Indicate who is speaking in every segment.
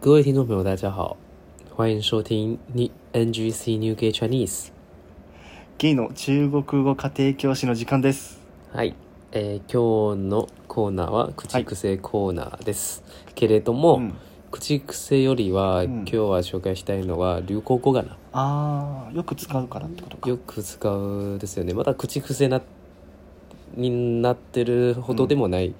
Speaker 1: 各位听众朋友，大家好，欢迎收听 NGC New Gay Chinese。
Speaker 2: G の中国語家庭教師の時間です。
Speaker 1: はい、えー今日のコーナーは口癖コーナーです、けれども、
Speaker 2: うん
Speaker 1: 口癖よりは、
Speaker 2: ん
Speaker 1: 今日は紹介したいのは流行語かな
Speaker 2: ああ、よく使うからってことか。。
Speaker 1: よく使うですよねまだ口癖なになってるほどでもない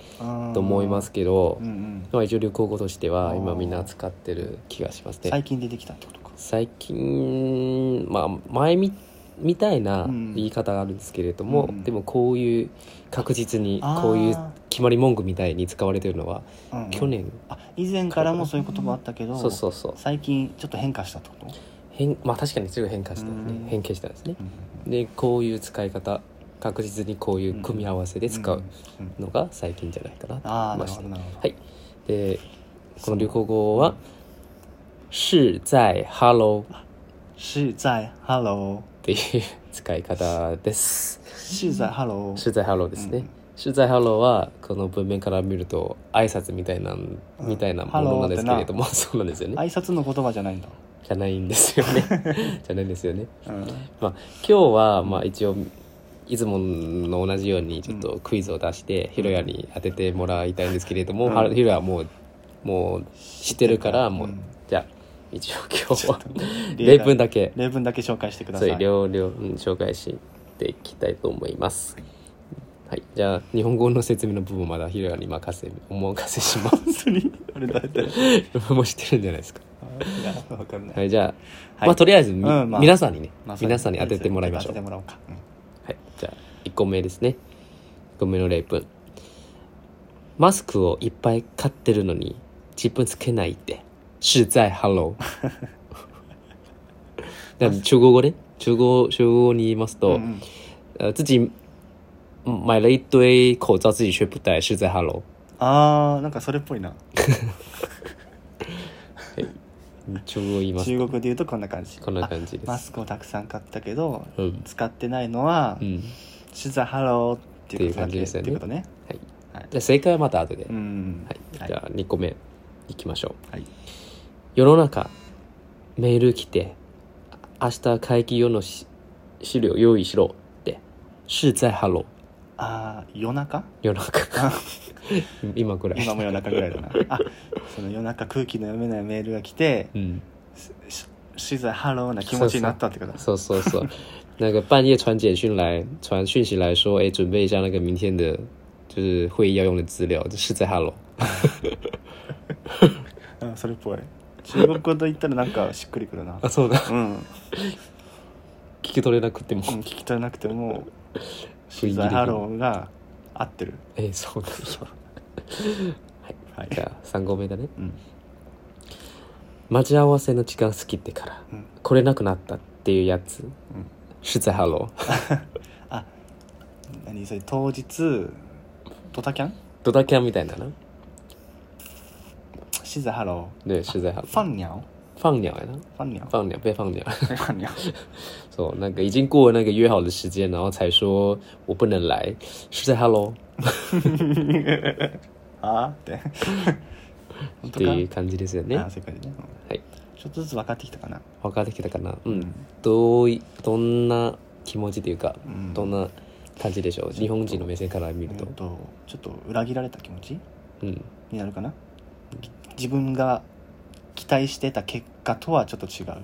Speaker 1: と思いますすけど、
Speaker 2: うんうん。
Speaker 1: まあ、一応流行語としては
Speaker 2: あー
Speaker 1: 今みんな使ってる気がしますね
Speaker 2: 最近出てきたってことか。
Speaker 1: 最近まあ前みみたいな
Speaker 2: うん
Speaker 1: 言い方があるんですけれども、
Speaker 2: うん
Speaker 1: でもこういう確実に
Speaker 2: あー
Speaker 1: こういう決まり文句みたいに使われてるのは
Speaker 2: うんうん
Speaker 1: 去。年、
Speaker 2: あ、以前からもそういう言葉あったけど。
Speaker 1: そうそうそう
Speaker 2: 最近ちょっと変化したってこと。
Speaker 1: 変まあ確かにすぐ変化したんです
Speaker 2: う
Speaker 1: ね
Speaker 2: ん
Speaker 1: 変形したんですね
Speaker 2: うん
Speaker 1: でこういう使い方確実にこういう組み合わせで使う。
Speaker 2: うんうん
Speaker 1: のが最近じゃないかなと
Speaker 2: ああ、
Speaker 1: 思ま
Speaker 2: ないる
Speaker 1: し
Speaker 2: ほ
Speaker 1: た
Speaker 2: どなるほど。
Speaker 1: はいでこの流行語は「是在 Hello」
Speaker 2: 是在 Hello。
Speaker 1: っていう使い方です
Speaker 2: 是在 Hello。
Speaker 1: 取材ハローです
Speaker 2: う
Speaker 1: ね
Speaker 2: ん。
Speaker 1: 取材ハローはこの文面から見ると挨拶みたいな、みたいなものなんですけれども、そうなんですよね。
Speaker 2: 挨拶の言葉じゃないんだ。
Speaker 1: じゃないんですよ ね。じゃないんですよね。
Speaker 2: うん。
Speaker 1: まあ今日はまあ一応いつもの同じようにちょっとクイズを出してヒロヤに当ててもらいたいんですけれども、
Speaker 2: うん
Speaker 1: はヒロヤはもうもう知ってるからもう、
Speaker 2: うん
Speaker 1: じゃあ一応今日は
Speaker 2: 例
Speaker 1: 例
Speaker 2: 外
Speaker 1: 文だけ
Speaker 2: 例文だけ紹介してくだ
Speaker 1: そ
Speaker 2: さ
Speaker 1: う
Speaker 2: い。
Speaker 1: いう両両うん紹介していきたいと思います。はい、じゃあ日本語の説明の部分まだヒロヤに任せお任せします。
Speaker 2: 本当に。俺誰だよ。
Speaker 1: もう知ってるんじゃないですか。
Speaker 2: いやわかんない
Speaker 1: は。い、じゃあ、
Speaker 2: はい
Speaker 1: まあとりあえずみ、
Speaker 2: うんまあ
Speaker 1: 皆さんにね、
Speaker 2: まあ
Speaker 1: 皆さんに当ててもらいましょう。
Speaker 2: 当ててもらおうか。うん
Speaker 1: はい、じゃあ1個目ですね。1個目の例文。マスクをいっぱい買ってるのに自分つけないって。是在 Hello。だから中国語ね、中国中国語に言いますと。
Speaker 2: うんうん
Speaker 1: 呃，自己嗯买了一堆口罩，自己却不戴，是在 Hello。
Speaker 2: あーなんかそれっぽいな
Speaker 1: 中国言います。
Speaker 2: 中国で言うとこんな感じ
Speaker 1: こんな感じで
Speaker 2: あマ
Speaker 1: す。
Speaker 2: スクをたくさん買ったけど
Speaker 1: うん
Speaker 2: 使ってないのは
Speaker 1: うん。
Speaker 2: 「取材ハロー」っていうことだ
Speaker 1: っていう感じ
Speaker 2: け
Speaker 1: で
Speaker 2: っ
Speaker 1: すよ
Speaker 2: て
Speaker 1: ね
Speaker 2: いうことね
Speaker 1: はい。
Speaker 2: はい
Speaker 1: じゃあ正解はまた後で。
Speaker 2: う
Speaker 1: は
Speaker 2: ん
Speaker 1: い。じゃあ二個目いきましょう。
Speaker 2: はい
Speaker 1: 世の中メール来て明日会議用のし資料用意しろって是在 Hello。
Speaker 2: あー夜中
Speaker 1: 夜中 今くらい。
Speaker 2: 今も夜中ぐらいだ なあその夜中空気の読めないメールが来て
Speaker 1: 嗯。
Speaker 2: 「取材ハロー」な気持ちになったってことだ
Speaker 1: 搜搜 搜，那个半夜传简讯来，传讯息来说，哎，准备一下那个明天的，就是会议要用的资料，是在 Hello。
Speaker 2: うんそれっぽい中国語と言ったらなんかしっくりくるな
Speaker 1: あ、そうだ。
Speaker 2: うんうん
Speaker 1: 聞き取れなくても。
Speaker 2: 聞き取れなくても「
Speaker 1: 雰囲気的
Speaker 2: 取
Speaker 1: に
Speaker 2: 材ハロー」が合ってる
Speaker 1: 哎，そうだよ。
Speaker 2: はい
Speaker 1: じゃあ、3個目だね。
Speaker 2: うん
Speaker 1: 待ち合わせの時間過ぎてから
Speaker 2: うん、
Speaker 1: 来れなくなったっていうやつ、是在 Hello。
Speaker 2: あ何それ当日ドタキャン
Speaker 1: ドタキャンみたいなな。
Speaker 2: シザハロ
Speaker 1: 对，是在 Hello。
Speaker 2: ーファンニャオフ
Speaker 1: 放鸟呀，
Speaker 2: ァンニャオフ
Speaker 1: 放鸟被放鸟。
Speaker 2: ァンニャ
Speaker 1: 说那个已经过了那个约好的时间，然后才说我不能来，是在 Hello。
Speaker 2: オ あーって
Speaker 1: っ
Speaker 2: 本
Speaker 1: て
Speaker 2: 当か
Speaker 1: いう感じですよね。
Speaker 2: あーそういう感じね、うん
Speaker 1: はい。
Speaker 2: ちょっとずつ分かってきたかな
Speaker 1: 分かってきたかな、う
Speaker 2: うんん、
Speaker 1: どういどんな気持ちというか、
Speaker 2: うん
Speaker 1: どんな感じでしょう日本人の目線から見る
Speaker 2: え
Speaker 1: と
Speaker 2: っ、とちょっと裏切られた気持ち
Speaker 1: うん、
Speaker 2: になるかなき自分が期待してた結果とはちょっと違う、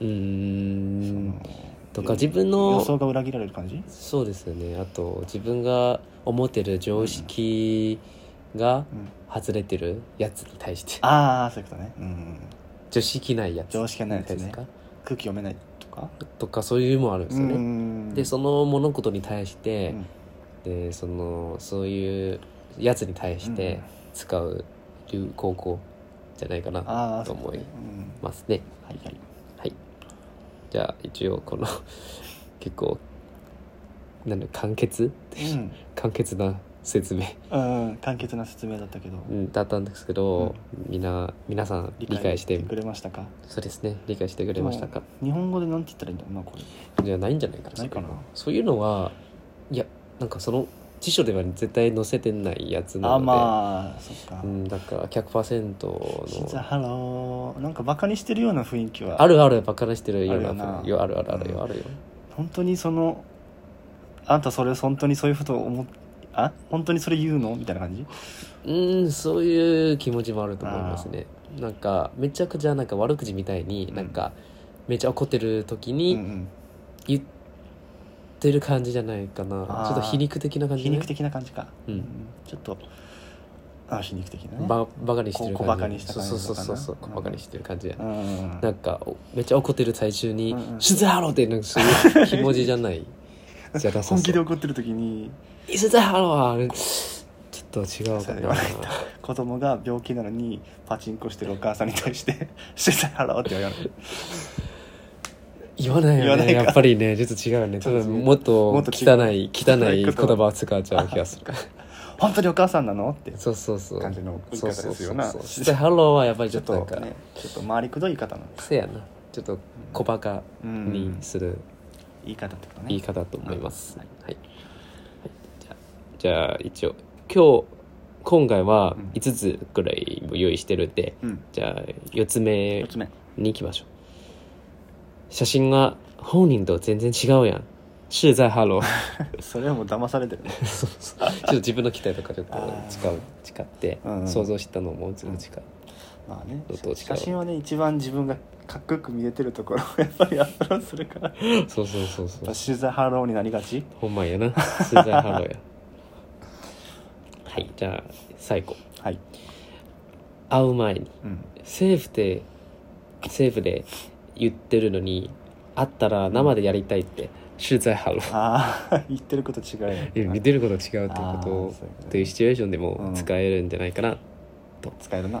Speaker 1: うーん
Speaker 2: その
Speaker 1: とか自分の
Speaker 2: 予想が裏切られる感じ
Speaker 1: そうですよねあと自分が思ってる常識が
Speaker 2: うん
Speaker 1: 外れてるやつに対して、
Speaker 2: ああそういうことねうん
Speaker 1: 常識ないやつ
Speaker 2: 常識ないやつね
Speaker 1: に対してか
Speaker 2: 空気読めないとか
Speaker 1: とかそういうのもあるんですよね、
Speaker 2: ん
Speaker 1: でその物事に対して、
Speaker 2: うん
Speaker 1: でそのそういうやつに対して使う流行語じゃないかな
Speaker 2: ああ
Speaker 1: と思い
Speaker 2: うん
Speaker 1: ますね。
Speaker 2: はいはい
Speaker 1: はい。じゃあ一応この結構なんだ簡潔
Speaker 2: うん
Speaker 1: 簡潔な説明
Speaker 2: うん、簡潔な説明だったけど、
Speaker 1: うんだったんですけど、みんな皆さん理解して
Speaker 2: くれましたか
Speaker 1: そうですね理解してくれましたか、
Speaker 2: 日本語でなんて言ったらいいんだろうなこれ
Speaker 1: じゃないんじゃないかな
Speaker 2: ないかな
Speaker 1: そういうのはそういうのはいやなんかその辞書では絶対載せてないやつなので
Speaker 2: あまあそっか、
Speaker 1: うん、だから100%の
Speaker 2: じゃあハローなんかバカにしてるような雰囲気は
Speaker 1: あるあるバカにしてるような
Speaker 2: あるよ
Speaker 1: よ
Speaker 2: な
Speaker 1: あるあるあるよ、
Speaker 2: うん
Speaker 1: あるよ
Speaker 2: 本当にそのあんたそれ本当にそういうこと思っあ本当にそれ言うのみたいな感じ
Speaker 1: うんそういう気持ちもあると思いますねなんかめちゃくちゃなんか悪口みたいに、
Speaker 2: うん
Speaker 1: なんかめっちゃ怒ってる時
Speaker 2: うんう
Speaker 1: に
Speaker 2: ん
Speaker 1: 言ってる感じじゃないかな、
Speaker 2: あー
Speaker 1: ちょっと皮肉的な感じ、
Speaker 2: 皮
Speaker 1: ね、
Speaker 2: 肉的な感じか、
Speaker 1: うん
Speaker 2: ちょっとあ皮肉的なね
Speaker 1: ばバカにしてる感じ
Speaker 2: こう小馬鹿にした感じ
Speaker 1: そうそうそうそう
Speaker 2: とかな
Speaker 1: バカにしてる感じや、
Speaker 2: うん
Speaker 1: なんかおめっちゃ怒ってる最中に
Speaker 2: うんうん
Speaker 1: 「シュザーロ!」ってなんかそういう気持ちじゃない じゃなさ
Speaker 2: 本気で
Speaker 1: そう
Speaker 2: 怒ってる時に
Speaker 1: 「シュザーロ!」はあれちょっと違うか
Speaker 2: そう言
Speaker 1: な
Speaker 2: われ子供が病気なのにパチンコしてるお母さんに対して 「してたやろ」って言われる
Speaker 1: 言わない
Speaker 2: 言
Speaker 1: よ
Speaker 2: わない
Speaker 1: ね
Speaker 2: か
Speaker 1: やっぱりねちょっと違うね
Speaker 2: ち
Speaker 1: 多
Speaker 2: ょっと違う
Speaker 1: 分もっと
Speaker 2: も
Speaker 1: 汚
Speaker 2: っと違う
Speaker 1: い汚
Speaker 2: 汚
Speaker 1: い
Speaker 2: い
Speaker 1: 言
Speaker 2: ことを
Speaker 1: 葉を使っちゃう気がするから
Speaker 2: 「 本当にお母さんなの?」って
Speaker 1: そうそうそう
Speaker 2: 感じの言い
Speaker 1: そう
Speaker 2: 方で
Speaker 1: そう
Speaker 2: す
Speaker 1: そ
Speaker 2: よ
Speaker 1: う
Speaker 2: な
Speaker 1: そうシュザーロはやっぱり
Speaker 2: ち
Speaker 1: ち
Speaker 2: ょ
Speaker 1: ょ
Speaker 2: っ
Speaker 1: っとなんか
Speaker 2: とねちょっと回りくどい言い方なんです
Speaker 1: せやなちょっと小バカ
Speaker 2: うん
Speaker 1: にする
Speaker 2: 言い方ってことね
Speaker 1: 言い方だと思います、
Speaker 2: は
Speaker 1: はいはいじゃあじゃあ一応今日今回は
Speaker 2: うん
Speaker 1: 5つぐらい用意してるんで、
Speaker 2: うん
Speaker 1: じゃあ4つ目
Speaker 2: 4つ目
Speaker 1: に行きましょう写真が本人と全然違うやん取材ハ ロー
Speaker 2: それはもう騙されて るね
Speaker 1: そうそうちょっと自分の期待とかちょっと
Speaker 2: あ
Speaker 1: 違う違って、
Speaker 2: うんうん
Speaker 1: 想像したのも全然違う、
Speaker 2: まあね
Speaker 1: どうどう違う
Speaker 2: 写真はね一番自分がかっこよく見えてるところ をやっぱりアプローチす るから
Speaker 1: そうそうそうそう
Speaker 2: 取材ハローになりがち
Speaker 1: ほんまやな取材ハロー やはいじゃあ最後
Speaker 2: はい、
Speaker 1: 会う前に
Speaker 2: うん、
Speaker 1: セーフでセーフで言ってるのに会ったら生でやりたいって取材ハロー
Speaker 2: ああ 言ってること違うよね
Speaker 1: 見てること違うって
Speaker 2: あー
Speaker 1: ことを
Speaker 2: そういうことね
Speaker 1: というシチュエーションで
Speaker 2: う
Speaker 1: も
Speaker 2: ん
Speaker 1: 使えるんじゃないかな
Speaker 2: 使えるな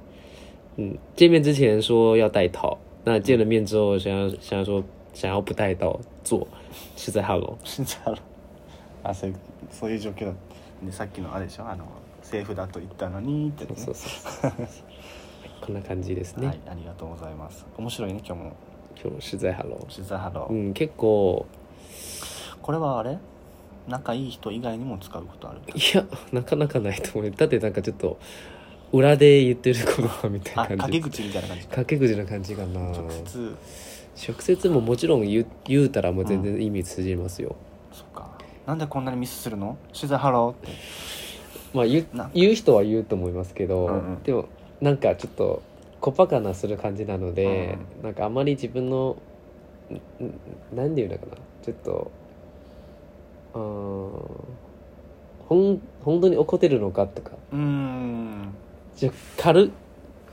Speaker 1: 嗯，见面之前说要戴套，那见了面之后想要想要说想要不戴套坐，是在 Hello。
Speaker 2: 信じろ あそういうそういう状況だでさっきのあれでしょあの政府だと言ったのにってね
Speaker 1: そうそうそうそうこんな感じです ね。
Speaker 2: はいありがとうございます面白いね今日も
Speaker 1: 今日取材ハロー。
Speaker 2: 取材ハロー、
Speaker 1: うん、結構、
Speaker 2: これはあれ仲いい人以外にも使うこと ある
Speaker 1: いや、なかなかないと思う。だってなんかちょっと、裏で言ってる言葉みた
Speaker 2: あ
Speaker 1: いな
Speaker 2: 掛
Speaker 1: 感
Speaker 2: け
Speaker 1: じ。
Speaker 2: 口みたいな感じか
Speaker 1: 掛け口の感じかな。
Speaker 2: 直接
Speaker 1: 直接ももちろん言う言うたらもう全然意味通じますよ。
Speaker 2: そっかなんでこんなにミスするの取材ハローって
Speaker 1: まあ言う
Speaker 2: なん
Speaker 1: 言う人は言うと思いますけど、
Speaker 2: うんうん
Speaker 1: でもなんかちょっと小バカなする感じなので、なんかあまり自分のんんなんて言うのかなちょっとうーんほん本当に怒ってるのかとか
Speaker 2: うーん
Speaker 1: じゃ軽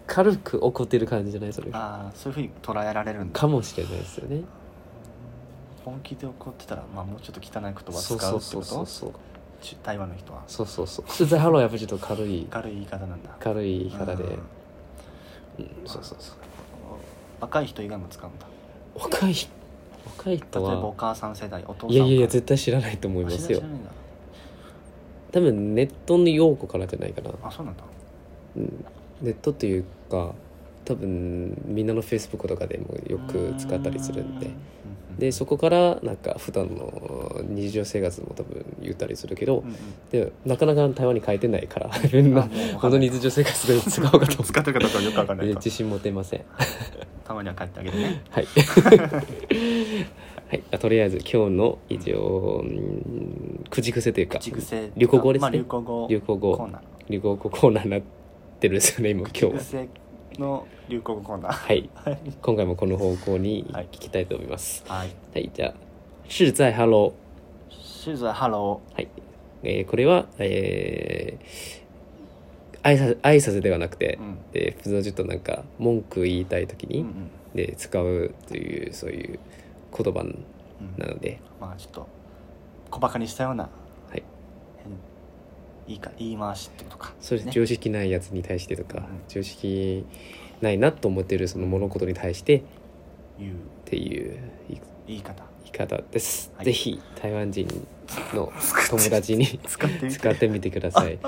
Speaker 1: 軽く怒ってる感じじゃないそれ
Speaker 2: ああそういうふうに捉えられるんだ
Speaker 1: かもしれないですよね。
Speaker 2: 本気で怒ってたら、まあ、もうちょっと汚い言葉使
Speaker 1: そうう
Speaker 2: ってこ
Speaker 1: そうそ
Speaker 2: と
Speaker 1: うそうそう
Speaker 2: ち台湾の人は
Speaker 1: そうそうそう。取材ハローはやっぱりちょっと軽い
Speaker 2: 軽い言い方なんだ
Speaker 1: 軽い言い方で、
Speaker 2: うん
Speaker 1: うん、そうそうそう。
Speaker 2: 若い人以外も使うんだ
Speaker 1: 若い人若い
Speaker 2: 例え
Speaker 1: 人は
Speaker 2: ばお母さん世代お父さん
Speaker 1: いやいやいや
Speaker 2: 絶
Speaker 1: 絶対知らないと思い
Speaker 2: 対
Speaker 1: ますよ
Speaker 2: 知らないんだ
Speaker 1: 多分ネットの用語からじゃないかな、
Speaker 2: あそうなんだ
Speaker 1: うん、ネットというか多分みんなのフェイスブックとかでもよく使ったりするんで
Speaker 2: ううん
Speaker 1: でそこからなんか普段の日常生活も多分言ったりするけど
Speaker 2: うんうん
Speaker 1: でなかなか台湾に変えてないから みんな
Speaker 2: あもうわか
Speaker 1: こ
Speaker 2: んな
Speaker 1: の
Speaker 2: い
Speaker 1: 日常生活で使おうかと
Speaker 2: 使ってるかどうかよくわか んない
Speaker 1: え
Speaker 2: か
Speaker 1: 自信持てません
Speaker 2: たまには帰ってあげて ね
Speaker 1: はい。はい、あとりあえず今日の一応、うん、口癖というか
Speaker 2: 口癖
Speaker 1: 流行語ですね
Speaker 2: まあ流行語
Speaker 1: 流行語
Speaker 2: コーナー
Speaker 1: 流行語コーナーになってるんですよね今今日は
Speaker 2: 口癖の流行語コーナー
Speaker 1: はい
Speaker 2: はい
Speaker 1: 今回もこの方向に
Speaker 2: はい
Speaker 1: 聞きたいと思います
Speaker 2: はい
Speaker 1: はい、じゃあ「是在ハロ
Speaker 2: シュズはハロ
Speaker 1: ー」はい、えーこれはえー挨拶挨拶ではなくて
Speaker 2: ー、うん
Speaker 1: で普通のちょっとなんか文句言いたい時
Speaker 2: うんう
Speaker 1: に、
Speaker 2: ん
Speaker 1: で使うというそういう言葉
Speaker 2: うん
Speaker 1: なので
Speaker 2: まあちょっと小バカにしたような
Speaker 1: はい
Speaker 2: 変いいか言い回しってことか
Speaker 1: それ
Speaker 2: ね
Speaker 1: 常識ないやつに対してとか、
Speaker 2: うん
Speaker 1: 常識ないなと思ってるその物事に対してっ
Speaker 2: 言う
Speaker 1: ていう言い
Speaker 2: 言い方
Speaker 1: 言い方です、
Speaker 2: はい
Speaker 1: ぜひ台湾人の友達に
Speaker 2: 使ってみ
Speaker 1: 使
Speaker 2: て
Speaker 1: ってみてください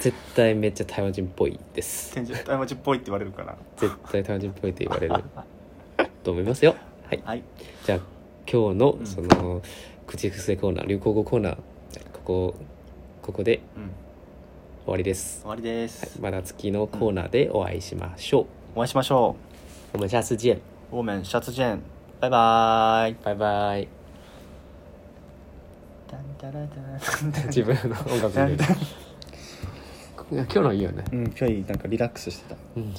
Speaker 1: 絶対めっちゃ台湾人っぽい です
Speaker 2: 天井台湾人っぽいって言われるから
Speaker 1: 絶対台湾人っぽいって言われる と思いますよはい
Speaker 2: はい
Speaker 1: じゃあ今日の
Speaker 2: うん
Speaker 1: その、口癖コーナー流行語コーナーここここで
Speaker 2: うん
Speaker 1: 終わりです、
Speaker 2: 終わりで
Speaker 1: はい
Speaker 2: す、
Speaker 1: また次のコーナーでお会いしましょう、
Speaker 2: お会いしましょ
Speaker 1: 我们下次见
Speaker 2: うウォーメンシャツジェンバイバイ
Speaker 1: 拜拜。
Speaker 2: ダンダラダ ン
Speaker 1: 自分の音楽入れる 今日のいいよね。
Speaker 2: うん今日なんかリラックスしてた
Speaker 1: うん